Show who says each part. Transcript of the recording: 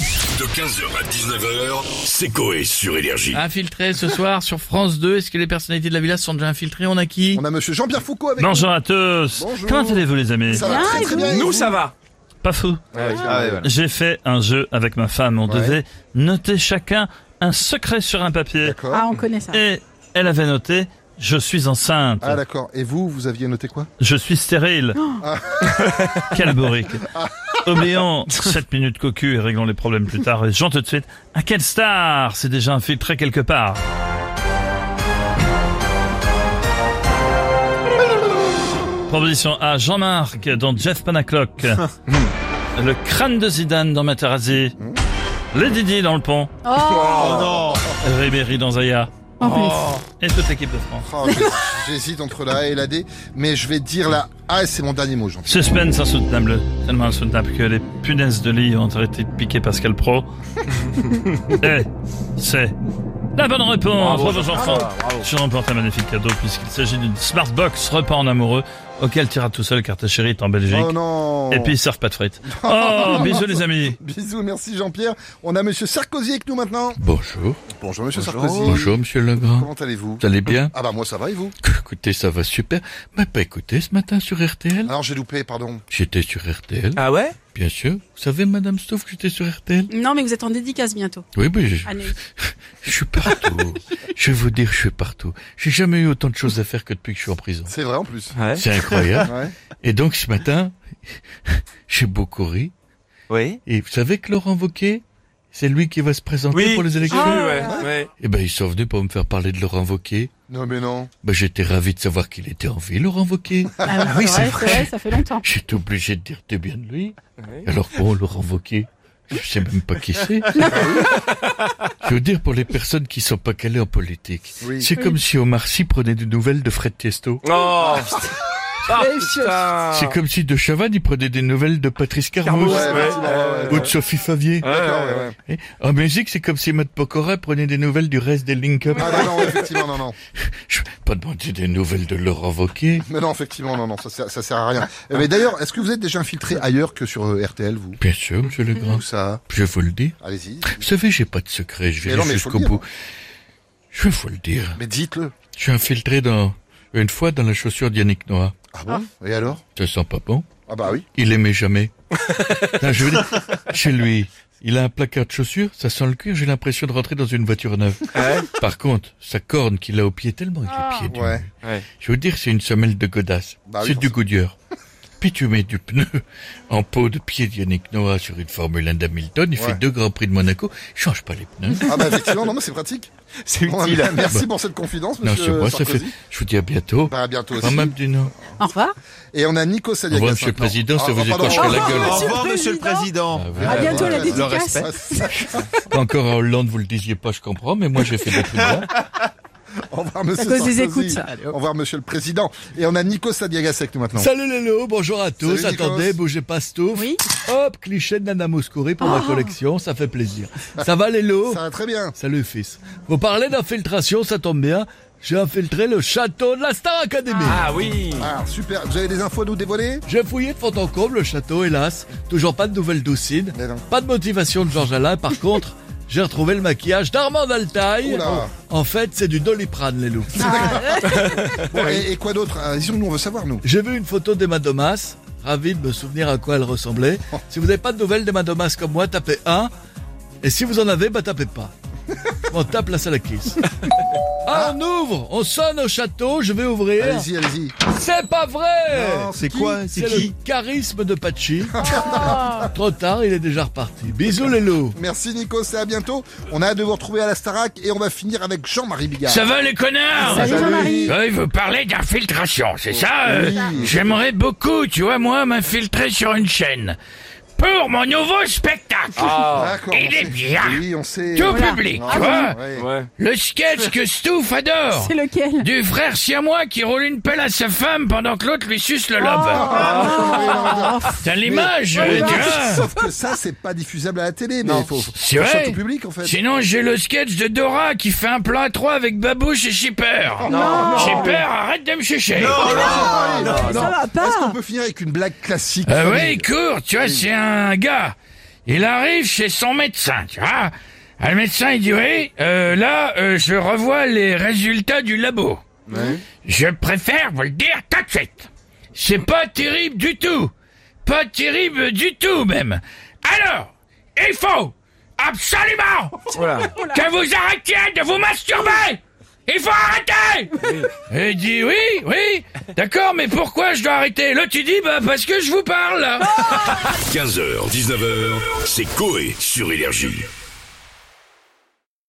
Speaker 1: De 15h à 19h, c'est Coé sur Énergie.
Speaker 2: Infiltré ce soir sur France 2. Est-ce que les personnalités de la villa sont déjà infiltrées On a qui
Speaker 3: On a monsieur Jean-Pierre Foucault avec
Speaker 4: Bonjour à tous.
Speaker 3: Bonjour.
Speaker 4: Comment allez-vous les amis
Speaker 3: nous. Ça va Ah très très bien. Nous, ça va.
Speaker 4: Pas fou. J'ai fait un jeu avec ma femme. On
Speaker 3: Ouais.
Speaker 4: devait noter chacun un secret sur un papier.
Speaker 3: D'accord.
Speaker 5: Ah, on connaît ça.
Speaker 4: Et elle avait noté je suis enceinte.
Speaker 3: Ah, d'accord. Et vous, vous aviez noté quoi
Speaker 4: je suis stérile. Quel bourrique. Oublions 7 minutes cocu et réglons les problèmes plus tard. Et Jean tout de suite, à quelle star s'est déjà infiltré quelque part Proposition A, Jean-Marc dans Jeff Panaclock. le crâne de Zidane dans Materazzi. Lady Di dans le pont. Ribéry dans Zaya.
Speaker 5: Oh, En
Speaker 4: Et
Speaker 5: plus.
Speaker 4: toute l'équipe de France.
Speaker 3: Oh, j'hés- J'hésite entre la A et la D, mais je vais dire la A et c'est mon dernier mot, Jean.
Speaker 4: Suspense insoutenable, tellement insoutenable que les punaises de lit ont arrêté de piquer Pascal Pro. Et c'est la bonne réponse. Bravo, Jean-Franck. Tu remportes un magnifique cadeau puisqu'il s'agit d'une Smartbox repas en amoureux auquel tira tout seul car ta chérie est en Belgique.
Speaker 3: Oh non.
Speaker 4: Et puis ils servent pas de frites. Oh, bisous les amis.
Speaker 3: Bisous, merci Jean-Pierre. On a monsieur Sarkozy avec nous maintenant.
Speaker 6: Bonjour.
Speaker 3: Bonjour monsieur Sarkozy.
Speaker 6: Bonjour, monsieur Legrand.
Speaker 3: Comment allez-vous
Speaker 6: Vous allez bien
Speaker 3: Ah bah moi ça va et vous
Speaker 6: Écoutez, ça va super. Mais pas écouté ce matin sur RTL
Speaker 3: Alors j'ai loupé, pardon.
Speaker 6: J'étais sur RTL,
Speaker 7: Ah ouais
Speaker 6: bien sûr. Vous savez, madame Stouff, que j'étais sur RTL
Speaker 5: Non, mais vous êtes en dédicace bientôt.
Speaker 6: Oui, mais je,
Speaker 5: Allez.
Speaker 6: je suis partout. je vais vous dire, je suis partout. J'ai jamais eu autant de choses à faire que depuis que je suis en prison.
Speaker 3: C'est vrai en plus.
Speaker 7: Ouais.
Speaker 6: C'est incroyable.
Speaker 3: Ouais.
Speaker 6: Et donc, ce matin, j'ai beaucoup ri.
Speaker 7: Oui.
Speaker 6: Et vous savez que Laurent Wauquiez, c'est lui qui va se présenter
Speaker 7: Oui.
Speaker 6: pour les élections
Speaker 7: ouais. ouais.
Speaker 6: Eh ben, ils sont venus pour me faire parler de Laurent Wauquiez.
Speaker 3: Non mais non.
Speaker 6: Ben, j'étais ravi de savoir qu'il était en vie, Laurent Wauquiez.
Speaker 5: Ah
Speaker 6: oui, c'est vrai.
Speaker 5: vrai, vrai, ça fait longtemps.
Speaker 6: J'étais obligé de dire t'es bien de lui. Alors bon, Laurent Wauquiez, je sais même pas qui c'est. je veux dire, pour les personnes qui sont pas calées en politique,
Speaker 3: Oui.
Speaker 6: c'est comme si Omar Sy prenait des nouvelles de Fred Tiesto.
Speaker 7: Oh Ah, putain.
Speaker 6: C'est comme si De Chavannes, il prenait des nouvelles de Patrice Carmouze.
Speaker 3: Ouais,
Speaker 7: Ouais,
Speaker 3: merci,
Speaker 7: ouais,
Speaker 3: Laurent,
Speaker 7: ouais,
Speaker 3: ouais.
Speaker 6: Ou de Sophie Favier.
Speaker 3: D'accord, Ah, ouais, ouais.
Speaker 6: Et En musique, c'est comme si Matt Pokora prenait des nouvelles du reste des Link Up.
Speaker 3: Ah bah non, effectivement, non, non.
Speaker 6: Je vais pas demander des nouvelles de Laurent Wauquiez.
Speaker 3: Mais non, effectivement, non, non, ça, sert- ça sert à rien. Euh, Mais d'ailleurs, est-ce que vous êtes déjà infiltré ailleurs que sur euh, RTL, vous
Speaker 6: Bien sûr, monsieur Legrand.
Speaker 3: Tout ça
Speaker 6: Je vais vous le dire.
Speaker 3: Allez-y.
Speaker 6: Vous savez, j'ai pas de secret. Je
Speaker 3: Mais
Speaker 6: vais
Speaker 3: non, mais faut
Speaker 6: jusqu'au
Speaker 3: le dire. hein.
Speaker 6: bout. Je vais vous le dire.
Speaker 3: Mais dites-le.
Speaker 6: Je suis infiltré dans, une fois dans la chaussure d'Yannick Noah.
Speaker 3: Ah bon Et alors
Speaker 6: Ça sent pas bon.
Speaker 3: Ah bah oui.
Speaker 6: Il aimait jamais. Non, je veux dire, chez lui, il a un placard de chaussures, ça sent le cuir, j'ai l'impression de rentrer dans une voiture neuve. Par contre, sa corne qu'il a au pied, tellement il a pied dur.
Speaker 3: Ouais.
Speaker 6: Je veux dire, c'est une semelle de godasse.
Speaker 3: Bah oui,
Speaker 6: c'est du
Speaker 3: forcément.
Speaker 6: Goodyear. Puis tu mets du pneu en peau de pied d'Yannick Noah sur une Formule 1 d'Hamilton, il
Speaker 3: Ouais.
Speaker 6: fait deux Grands Prix de Monaco, change pas les pneus.
Speaker 3: Ah bah effectivement, non, mais c'est pratique.
Speaker 7: C'est
Speaker 3: Bon,
Speaker 7: utile.
Speaker 3: Merci pour cette confidence,
Speaker 6: Bah. Non,
Speaker 3: monsieur
Speaker 6: c'est moi, ça
Speaker 3: Sarkozy.
Speaker 6: fait, je vous dis à bientôt.
Speaker 3: Bah, à bientôt aussi.
Speaker 6: Quand même du Nord.
Speaker 5: Au revoir.
Speaker 3: Et on a Nico
Speaker 6: Au revoir,
Speaker 3: Saliagas.
Speaker 6: monsieur le
Speaker 3: maintenant.
Speaker 6: président,
Speaker 3: Ah,
Speaker 6: ça vous
Speaker 3: pardon.
Speaker 6: écorche
Speaker 5: Au
Speaker 6: la
Speaker 5: revoir,
Speaker 6: gueule.
Speaker 5: monsieur
Speaker 7: Au revoir,
Speaker 5: le
Speaker 7: monsieur le
Speaker 5: président.
Speaker 7: président.
Speaker 6: Ah,
Speaker 5: À
Speaker 6: voilà.
Speaker 5: bientôt la
Speaker 3: Le
Speaker 5: dédicace.
Speaker 3: Ah, c'est-
Speaker 6: Encore à Hollande, vous le disiez pas, je comprends, mais moi j'ai fait des trucs bien.
Speaker 3: Au revoir, monsieur
Speaker 5: À cause des
Speaker 3: Sarkozy.
Speaker 5: écoutes, ça.
Speaker 3: Au revoir, monsieur le président. Et on a Nico Saliagas avec nous maintenant.
Speaker 6: Salut Lélo, bonjour à tous.
Speaker 3: Salut, Nikos.
Speaker 6: Attendez, bougez pas stouf.
Speaker 5: Oui.
Speaker 6: Hop, cliché de Nana Mouskouri pour ma collection, ça fait plaisir. Ça va Lélo
Speaker 3: Ça va très bien.
Speaker 6: Salut fils. Vous parlez d'infiltration, ça tombe bien. J'ai infiltré le château de la Star Academy.
Speaker 7: Ah oui
Speaker 3: Ah, super. Vous avez des infos à nous dévoiler
Speaker 6: J'ai fouillé de fond en comble le château, hélas. Toujours pas de nouvelles d'Oussine.
Speaker 3: Mais non.
Speaker 6: Pas de motivation de Georges Alain. Par contre, j'ai retrouvé le maquillage d'Armand Altaï.
Speaker 3: Oula.
Speaker 6: En fait, c'est du doliprane, les loups.
Speaker 3: Bon, et, et quoi d'autre Ah, Disons, nous, on veut savoir, nous.
Speaker 6: J'ai vu une photo d'Emma Domas. Ravi de me souvenir à quoi elle ressemblait. Si vous n'avez pas de nouvelles d'Emma Domas comme moi, tapez 1. Et si vous en avez, bah tapez pas. On tape la salle à kiss. Ah, on ouvre On sonne au château, je vais ouvrir.
Speaker 3: Allez-y, allez-y. Oh,
Speaker 6: C'est pas vrai
Speaker 3: Non,
Speaker 7: C'est quoi C'est
Speaker 6: C'est le
Speaker 7: qui
Speaker 6: charisme de Pachi. Trop tard, il est déjà reparti. Bisous les loups.
Speaker 3: Merci, Nico. C'est à bientôt. On a hâte de vous retrouver à la Starac et on va finir avec Jean-Marie Bigard.
Speaker 8: Ça va les connards
Speaker 5: Salut Jean-Marie.
Speaker 8: Euh, Vous parlez d'infiltration, c'est ça euh
Speaker 3: Oui.
Speaker 8: J'aimerais beaucoup, tu vois, moi, m'infiltrer sur une chaîne. Pour mon nouveau spectacle
Speaker 7: Ah,
Speaker 3: D'accord.
Speaker 8: Ah, Il
Speaker 3: on
Speaker 8: est
Speaker 3: sait.
Speaker 8: bien.
Speaker 3: Oui, on sait.
Speaker 8: Tout
Speaker 3: Ouais.
Speaker 8: public,
Speaker 3: Ah,
Speaker 8: tu vois
Speaker 3: ouais.
Speaker 7: Ouais.
Speaker 8: Le sketch que Stouff adore
Speaker 5: C'est lequel
Speaker 8: Du frère siamois qui roule une pelle à sa femme pendant que l'autre lui suce le lobe.
Speaker 5: Ah,
Speaker 8: T'as l'image, euh, tu vois
Speaker 3: Ah, Sauf que ça, c'est pas diffusable à la télé, mais il faut, faut
Speaker 8: C'est
Speaker 3: faut
Speaker 8: vrai.
Speaker 3: surtout au public, en fait.
Speaker 8: Sinon, j'ai le sketch de Dora qui fait un plan à trois avec Babouche et Shipper. Shipper, arrête de me chucher
Speaker 3: Ah, non, non.
Speaker 5: Ça va
Speaker 3: Est-ce qu'on
Speaker 5: pas
Speaker 3: peut finir avec une blague classique
Speaker 8: Ah
Speaker 3: famille
Speaker 8: ouais, il court, tu vois, c'est un gars. Il arrive chez son médecin, tu vois. Ah, Le médecin, il dit, oui, euh, là, euh, je revois les résultats du labo. Je préfère vous le dire tout de suite. C'est pas terrible du tout. Pas terrible du tout, même. Alors, il faut absolument que vous arrêtiez de vous masturber. Il faut arrêter Et il dit oui, oui, d'accord, mais pourquoi je dois arrêter L'autre il dit bah parce que je vous parle là
Speaker 1: 15h, 19h, c'est Coé sur Énergie.